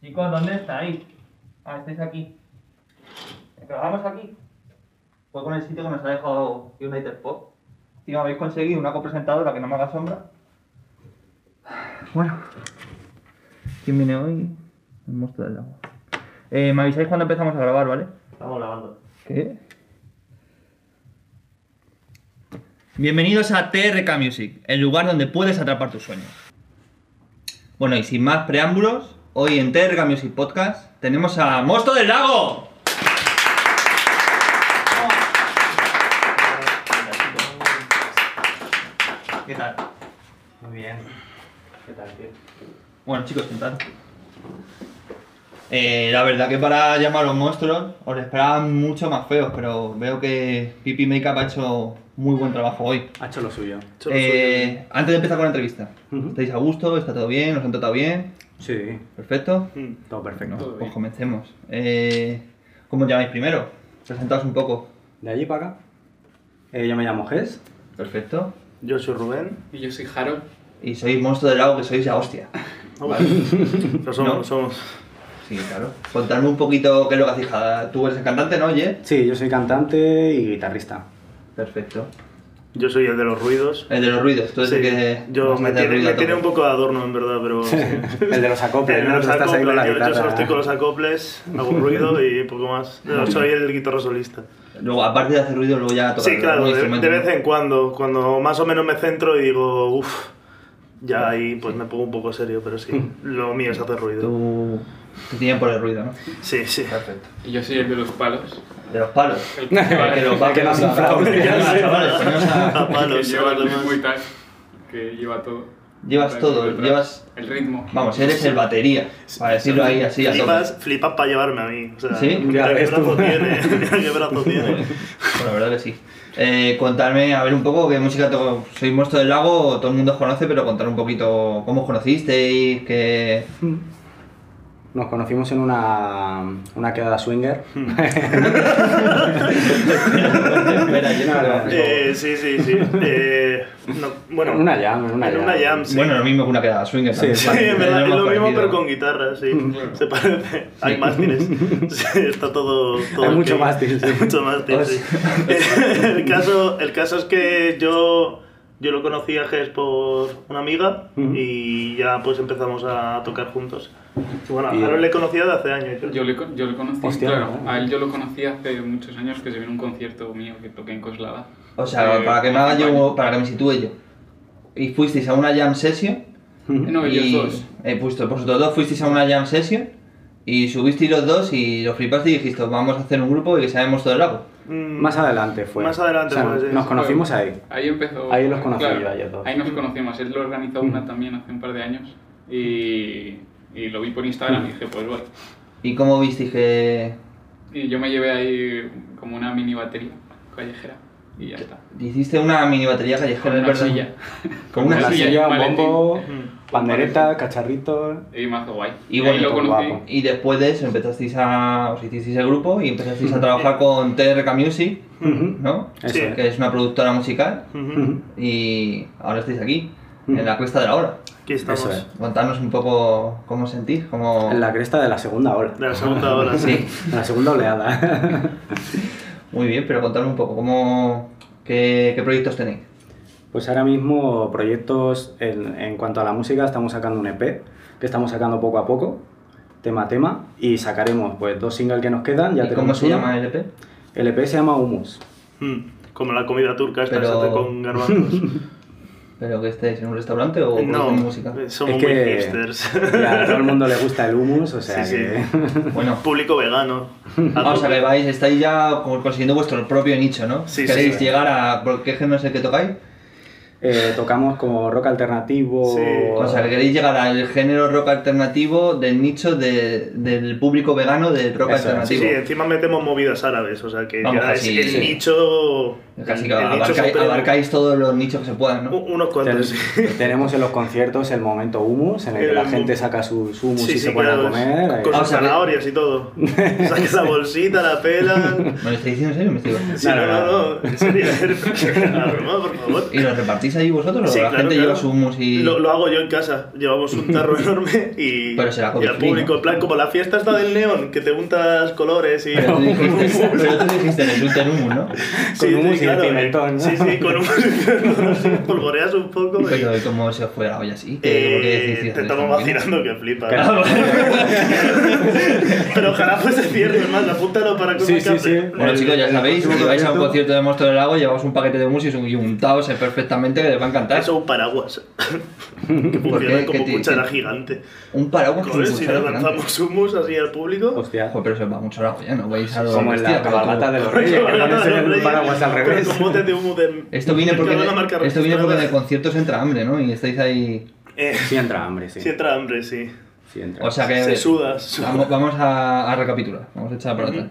Chicos, ¿dónde estáis? Ah, estáis aquí. ¿Grabamos aquí? Fue con el sitio que nos ha dejado United Pop. Si me habéis conseguido una copresentadora que no me haga sombra. Bueno. ¿Quién viene hoy? El monstruo del agua. Eh, me avisáis cuando empezamos a grabar, ¿vale? Estamos grabando. ¿Qué? Bienvenidos a TRK Music, el lugar donde puedes atrapar tus sueños. Bueno, y sin más preámbulos, hoy en TRK Music Podcast tenemos a Mosto del Lago. ¿Qué tal? Muy bien. ¿Qué tal, tío? Bueno, chicos, sentad. Eh, la verdad que para llamaros monstruos os esperaban mucho más feos, pero veo que Pipi Makeup ha hecho muy buen trabajo hoy. Ha hecho lo suyo. Eh, antes de empezar con la entrevista, Ujú. ¿estáis a gusto? ¿Está todo bien? ¿Nos han tratado bien? Sí. ¿Perfecto? Mm, Todo perfecto. Bueno, pues comencemos. Eh, ¿Cómo os llamáis primero? Presentaos un poco. De allí para acá. Eh, yo me llamo Ges. Perfecto. Yo soy Rubén. Y yo soy Harold. Y sois monstruo del lago que sois la hostia. Pero somos, somos- Sí, claro. Contadme un poquito qué es lo que hacéis. cada- Tú eres el cantante, ¿no, Oye? Sí, yo soy cantante y guitarrista. Perfecto. Yo soy el de los ruidos. El de los ruidos, tú eres Sí, el que. yo vas a me hacer tiene, ruido me a tiene un tope. poco de adorno, en verdad, pero... sí. El de los acoples, El de ¿no? los Tú estás ahí con la acoples, yo, yo solo guitarra. estoy con los acoples, hago ruido y poco más. Yo soy el guitarra solista. Luego, aparte de hacer ruido, luego ya tocas Sí, claro, algún de, instrumento, de vez ¿no? en cuando, cuando más o menos me centro y digo, uff, ya ahí pues me pongo un poco serio, pero sí, lo mío es hacer ruido. Tú. Te tienen por el ruido, ¿no? Sí, sí. Perfecto. Y yo soy el de los palos. De los palos. El que lleva Que los el va- que palos. nos inflamos, Ah, Chavales, ya sé. ponemos A a- que palos, lleva a el los ritmo y demás. tal. Que lleva todo. Llevas todo, El- llevas- El ritmo. Vamos, eres el batería. Para decirlo ahí así a tope. Flipas, flipas para llevarme a mí. O sea, Sí, mira ya qué ves tú. brazo tiene, mira qué brazo tiene. Bueno, la verdad que sí. Eh, contarme, a ver un poco, qué música to- Soy Monstruo del Lago, todo el mundo os conoce, pero contar un poquito cómo os conocisteis, qué... Mm. Nos conocimos en una, una quedada swinger. Mm. Espera, yo no- Una- Eh, sí, sí, sí. Eh, no, bueno, En una jam, en una en jam. una jam, sí. Bueno, lo mismo que una quedada swing. Sí, sí, en verdad es lo mismo, pero con guitarra, sí. Claro. Se parece. Hay mástiles. Sí, está todo. todo Hay ok. mucho mástil, sí. Pues- Hay mucho mástil, sí. el, caso, el caso es que yo. Yo lo conocí a Ges por una amiga Ujú. y ya pues empezamos a tocar juntos. Y bueno, a Y- Harold le conocía de hace años. yo- Yo le, con- yo le conocí, Hostia, claro, ¿no? a él yo lo conocí hace muchos años que se vino a un concierto mío que toqué en Coslada. O sea, Eh, para que me haga acompaña. yo, para que me sitúe yo. Y fuisteis a una jam session. Mm. Eh, No, ellos y dos. eh, pues, vosotros dos fuisteis a una jam session. Y subisteis los dos y los flipaste y dijisteis, vamos a hacer un grupo y que sea Monstruo del Lago. Mm, Más adelante fue. Más adelante O sea, fue, sí. Nos conocimos Fue- ahí. Ahí empezó. Ahí los conocí claro, yo a ellos dos. Ahí nos conocimos. Él lo organizó una también hace un par de años y, y lo vi por Instagram y dije, pues voy. ¿Y cómo visteis que Y yo me llevé ahí como una mini batería callejera y ya está. hiciste una mini batería callejera? Con es una verdad? silla. Con Una una la silla. silla, un Valentín. bombo, Mm. pandereta, cacharritos. Y mazo guay. Y Y, ahí bonito, lo conocí. guapo. Y después de eso empezasteis a. os hicisteis el grupo y empezasteis a trabajar con TRK Music, Mm. ¿no? Eso es. Que es una productora musical Ujú. y ahora estáis aquí, en la cuesta de la hora. Aquí estamos. Eso es. Contadnos un poco cómo os sentís, cómo. En la cresta de la segunda ola. De la segunda hora, Sí, De la segunda oleada. muy bien, pero contadme un poco cómo. qué, qué proyectos tenéis. Pues ahora mismo proyectos en, en cuanto a la música estamos sacando un EP que estamos sacando poco a poco, tema a tema, y sacaremos pues dos singles que nos quedan. Ya ¿Y cómo tenemos se uno. llama el E EP? El EP se llama Humus. Mm, Como la comida turca esta Pero- que se hace con garbanzos. ¿Pero que estáis en un restaurante o no, producen música? eh, somos Es muy que- hipsters. Ya, a todo el mundo le gusta el humus, o sea Sí, que... Bueno, Público vegano. vamos a que vais, estáis ya como consiguiendo vuestro propio nicho, ¿no? Sí, sí, Queréis sí. llegar a. ¿Por qué género es el que tocáis? Eh, tocamos como rock alternativo... Sí. O sea, que queréis llegar al género rock alternativo del nicho de- del público vegano del rock Eso es, Sí, alternativo. sí, encima metemos movidas árabes, o sea que Vamos, ya casi- es el sí. nicho. Casi el- que el nicho Uh. abarcáis, supremo. abarcáis todos los nichos que se puedan, ¿no? U- Unos cuantos. Ten- Tenemos en los conciertos el momento humus, en el que la El gente humus. saca sus humus Sí, y sí, se pone claro, a comer. eh. Con Ah, o sus sea, que- zanahorias y todo. Saca esa bolsita, la pelan. ¿Me lo estáis diciendo en serio? Me estoy Sí, No, no, no, no, no. En serio, a ver, por favor. y los repartís hacéis ahí vosotros? Sí, ¿O la claro, gente claro. lleva su humus y.? Lo, lo hago yo en casa. Llevamos un tarro enorme y, Pero será y COVID al free, público. ¿no? En plan, como la fiesta está del neón, que te untas colores y. Pero tú dijiste, pero tú dijiste, me suelta el humus, ¿no? Sí, Con humus y claro, eh, pimentón, ¿no? Sí, sí, con humus y pimentón. sí, Polvoreas un poco y. Pero ¿y cómo se os fue la olla así? ¿Qué- ¿Cómo que decís, eh, tío, te esto estamos no viene? vacilando que flipas. Ah, vale. Pero ojalá fuese cierre, más, apúntalo para que Sí, me sí, capte. Eh, sí. Bueno El- chicos, ya el sabéis, próximo si vais a un concierto- concierto de Monstruo del Lago, lleváis un paquete de humus y un- y untaos perfectamente que les va a encantar. Eso es un paraguas. que ¿Por funciona qué? como ¿Qué te- cuchara qué- gigante. Un paraguas con Joder, si cuchara Pues, le grande. lanzamos humus así al público. Hostia. Joder, pero se os va mucho la olla, ¿no? Vais a lo Como en bestia, la pero tú- cabalgata de los reyes, que pones el paraguas al Pero revés. Con botes de humo de. Esto viene de porque, cada marca esto viene porque en el registrada. concierto entra hambre, ¿no? Y estáis ahí... Eh, Sí entra hambre, sí. si entra hambre, sí. Sí entra. O sea que... eh, Se suda, se suda. Vamos, vamos a, a recapitular, vamos a echar para atrás.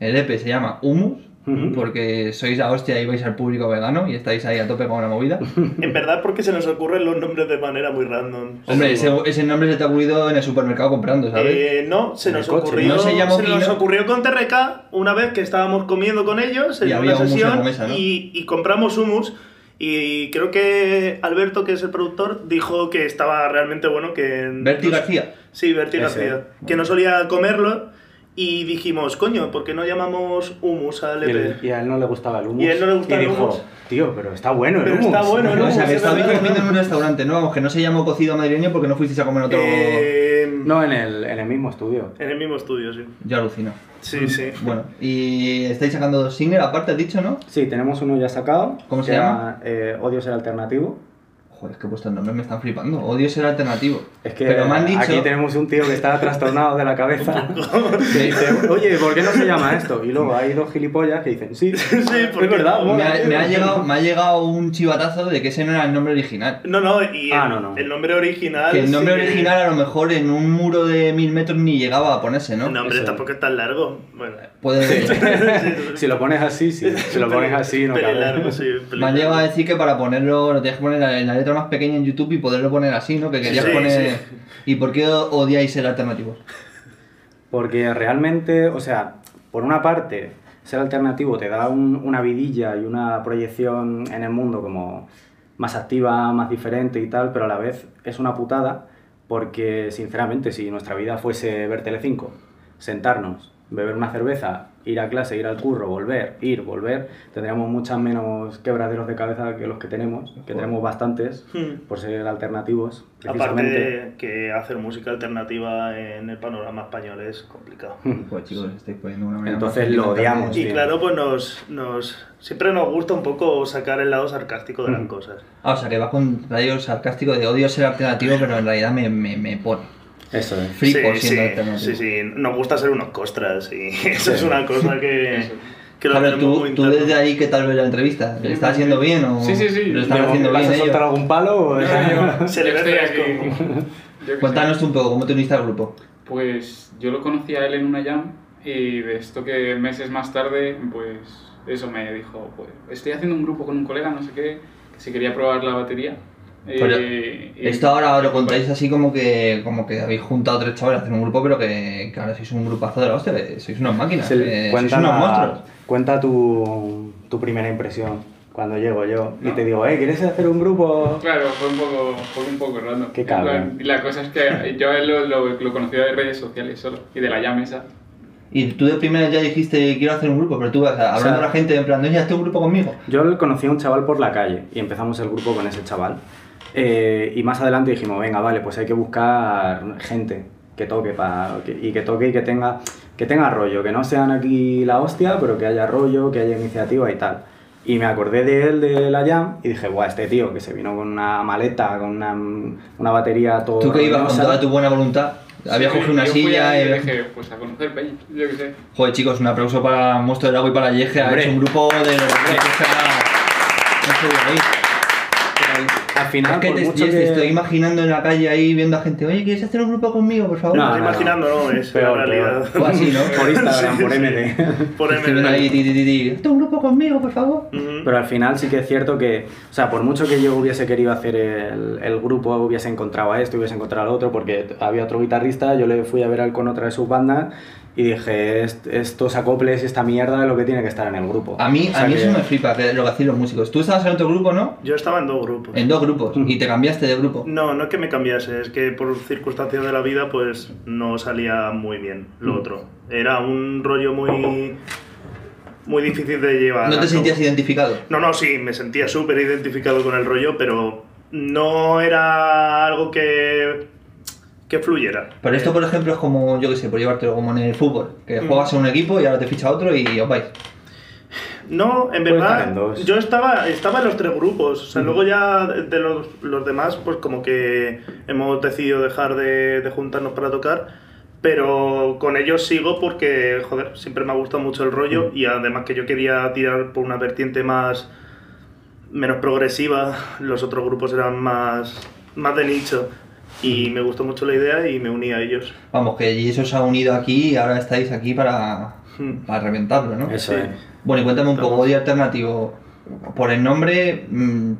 El EP se llama Humus, Ujú. porque sois la hostia y vais al público vegano y estáis ahí a tope con una movida. En verdad, porque se nos ocurren los nombres de manera muy random. Hombre, ese, ese nombre se te ha ocurrido en el supermercado comprando, ¿sabes? Eh, no, se En el nos, coche, ocurrió, ¿no? Se llamó nos Kino. ocurrió con TRK una vez que estábamos comiendo con ellos en Y había una hummus en la sesión mesa, ¿no? y, y compramos hummus. Y creo que Alberto, que es el productor, dijo que estaba realmente bueno. que Berti García. Sí, Berti Ese. García. Que no solía comerlo. Y dijimos, coño, ¿por qué no llamamos hummus al Y, EP? el- y a él no le gustaba el humo. Y a él no le gustaba el hummus. dijo, tío, pero está bueno el Pero hummus". está bueno el o sea, hummus, que es estabais verdad. comiendo en un restaurante, ¿no? Vamos, que no se llamó cocido madrileño porque no fuisteis a comer otro... Eh, No, en el, en el mismo estudio. En el mismo estudio, sí. Yo alucino. Mm. Sí, sí. Bueno, y estáis sacando dos singles, aparte has dicho, ¿no? Sí, tenemos uno ya sacado. ¿Cómo se que llama? era, eh, Odio ser alternativo. Joder, es que vuestros nombres me están flipando. Odio ser alternativo. Es que Pero me han dicho... aquí tenemos un tío que está trastornado de la cabeza. Sí. Que dice, oye, ¿por qué no se llama esto? Y luego hay dos gilipollas que dicen, sí, Sí, es porque- verdad, me, mola, ha, tío". me ha llegado, me ha llegado un chivatazo de que ese no era el nombre original. No, no, y Ah, el, no, no. el nombre original. Que el nombre sí que- original a lo mejor en un muro de mil metros ni llegaba a ponerse, ¿no? No, hombre, Eso. tampoco es tan largo. Bueno. Puede Si lo pones así, sí. Si lo pones así, no Pele cabe. largo, sí. pele Me han llegado a largo. decir que para ponerlo, lo tienes que poner en la letra más pequeña en YouTube y poderlo poner así, ¿no? Que querías Sí, poner. sí. ¿Y por qué odiáis el alternativo? Porque realmente, o sea, por una parte, ser alternativo te da un- una vidilla y una proyección en el mundo como más activa, más diferente y tal, pero a la vez es una putada porque, sinceramente, si nuestra vida fuese ver Telecinco, sentarnos, beber una cerveza, ir a clase, ir al curro, volver, ir, volver, tendríamos muchas menos quebraderos de cabeza que los que tenemos, que Joder. tenemos bastantes Hmm. por ser alternativos, Aparte precisamente. de que hacer música alternativa en el panorama español es complicado. Pues chicos, estáis poniendo una manera Entonces más de lo alimentarme. odiamos. Y Hostia. claro, pues nos, nos. Siempre nos gusta un poco sacar el lado sarcástico de las Ujú. cosas. Ah, o sea que va con radio sarcástico de odio ser alternativo, pero en realidad me, me, me pone. Eso es. Free por siendo alternativo. sí, sí, sí. Nos gusta ser unos costras y eso es una cosa que. que lo Claro, tenemos tú, muy tú interno. desde ahí, ¿qué tal ves la entrevista? ¿Le está haciendo bien o.? Sí, sí, sí. ¿Lo están Le- haciendo ¿Vas bien a ellos? soltar algún palo? o- Se Yo le ve estoy fresco. aquí. Yo qué Cuéntanos tú un poco, ¿cómo te uniste al grupo? Pues yo lo conocí a él en una jam y de esto que meses más tarde, pues eso me dijo, pues estoy haciendo un grupo con un colega, no sé qué, que si quería probar la batería. Pero Eh, Esto ahora lo contáis así como que como que habéis juntado tres chavales en un grupo, pero que, que ahora sois un grupazo de la hostia, que sois unas máquinas, Se que le- sois Cuenta, Eh, unos la- monstruos. cuenta tu, tu primera impresión cuando llego yo y te digo, eh, ¿quieres hacer un grupo? Claro, fue un poco, fue un poco random. Qué En plan, cabrón. Y la cosa es que yo a él lo, lo, lo conocía de redes sociales solo y de la jam esa. Y tú de primera ya dijiste quiero hacer un grupo, pero tú vas a- hablando O sea, a la gente en plan, oye, hazte un grupo conmigo. Yo le conocí a un chaval por la calle y empezamos el grupo con ese chaval. Eh, y más adelante dijimos, venga, vale, pues hay que buscar gente que toque pa- que- y que toque y que tenga, que tenga rollo, que no sean aquí la hostia, pero que haya rollo, que haya iniciativa y tal. Y me acordé de él, de la Jam, y dije, guau, este tío que se vino con una maleta, con una, una batería todo... Tú que ibas con roñosa". toda tu buena voluntad, habías Sí, cogido una yo fui silla ahí y... y dije, pues a conocer peña, yo qué sé. Joder, chicos, un aplauso para Monstruo del Agua y para Yeje, ha Hombre. hecho un grupo de... los No sé, ahí. Al final, Es que por te, mucho te que- estoy imaginando en la calle ahí viendo a gente, oye, ¿quieres hacer un grupo conmigo, por favor? No, no, Estás no. imaginando, no, es Peor, la realidad. O así, ¿no? Por Instagram, por MT. Por Escriben ahí, MD. ti, ti, ti, ti, "Hazte un grupo conmigo, por favor. Ujú. Pero al final sí que es cierto que, o sea, por mucho que yo hubiese querido hacer el, el grupo, hubiese encontrado a este, hubiese encontrado al otro, porque había otro guitarrista, yo le fui a ver al con otra de sus bandas y dije, "Est- estos acoples y esta mierda es lo que tiene que estar en el grupo. A mí, O sea a mí que- eso me flipa, que lo que hacen los músicos. Tú estabas en otro grupo, ¿no? Yo estaba en dos grupos. En dos grupos Mm. y te cambiaste de grupo. No, no es que me cambiase, es que por circunstancias de la vida pues no salía muy bien lo Mm. otro. Era un rollo muy muy difícil de llevar. ¿No a te cabo. sentías identificado? No, no, sí, me sentía súper identificado con el rollo, pero no era algo que que fluyera. Pero esto, por ejemplo, es como, yo qué sé, por llevártelo como en el fútbol, que juegas en un equipo y ahora te ficha otro y os vais. No, en Puede estar verdad, en dos. yo estaba, estaba en los tres grupos. O sea, luego ya de de los, los demás, pues como que hemos decidido dejar de, de juntarnos para tocar. Pero con ellos sigo porque, joder, siempre me ha gustado mucho el rollo y además que yo quería tirar por una vertiente más. menos progresiva. Los otros grupos eran más. más de nicho. Y me gustó mucho la idea y me uní a ellos. Vamos, que eso se ha unido aquí y ahora estáis aquí para, para reventarlo, ¿no? Eso Sí. es. Bueno, y cuéntame un poco de alternativo. Por el nombre, mm,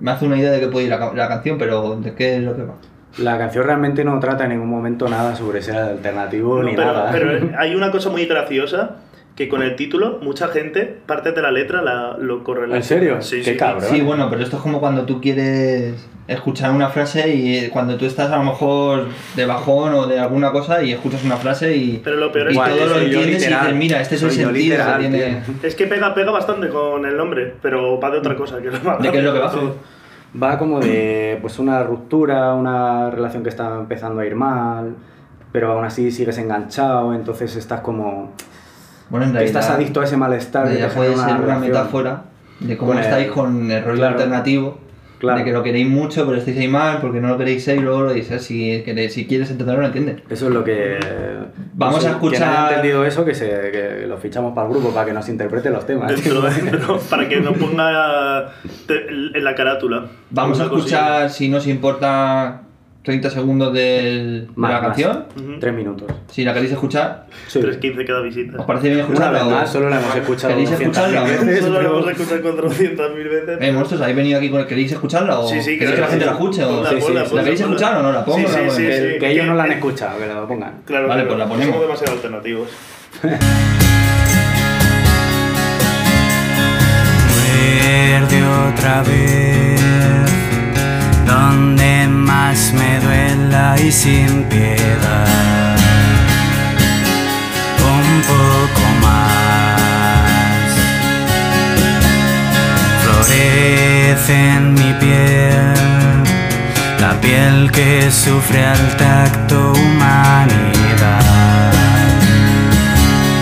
me hace una idea de que puede ir la, ca- la canción, pero ¿de qué es lo que va? La canción realmente no trata en ningún momento nada sobre ser alternativo No, ni pero, nada. pero hay una cosa muy graciosa que con el título mucha gente parte de la letra la, lo correlaciona. ¿En serio? Sí, Qué sí. cabrón. Sí, bueno, pero esto es como cuando tú quieres escuchar una frase y eh, cuando tú estás a lo mejor de bajón o de alguna cosa y escuchas una frase y, Pero lo peor y es que todo lo soy yo entiendes y literal. dices, mira, este es el Soy yo sentido literal, que tiene... tío. Es que pega, pega bastante con el nombre, pero va de otra cosa. Que ¿De qué es lo que va? Va como de pues una ruptura, una relación que está empezando a ir mal, pero aún así sigues enganchado, entonces estás como Bueno, en que realidad... estás adicto a ese malestar. que ya te puede genera ser una relación. metáfora de cómo Con el- estáis con el rollo Claro. alternativo. Claro. De que lo queréis mucho, pero estáis ahí mal, porque no lo queréis ser y luego lo dices. "Ah, Si, queréis- si quieres entenderlo, lo entiendes. Eso es lo que. Vamos a quien escuchar- haya entendido eso, que, se, que lo fichamos para el grupo para que nos interprete los temas. Dentro, dentro, para que no ponga te- en la carátula. Vamos a Una escuchar, si nos importa, 30 segundos del- de Más, la más. canción. Ujú. Tres minutos. Si la queréis escuchar, Sí. cosilla. 3.15 cada visita. ¿os parece bien Una escucharla? vez o- más, solo la hemos escuchado. ¿Queréis 200.000 escucharla? veces, Solo lo pero- hemos escuchado 400.000 veces. Eh, monstruos, ¿habéis venido aquí con el queréis escucharla o Sí, queréis sí, que la claro, gente sí, la escuche? sí. o- La Sí, sí. ponla, ¿La ponla, queréis ponla. escuchar o no? ¿La pongo Sí, o no sí, la pongo? sí, que, sí. que ellos no Eh, la han Que- escuchado, que la pongan. Claro, Vale, claro, pues la no ponemos. Somos demasiado alternativos. Muerde otra vez, donde más me duela y sin piedad. Un poco más. Florece en mi piel, la piel que sufre al tacto humanidad.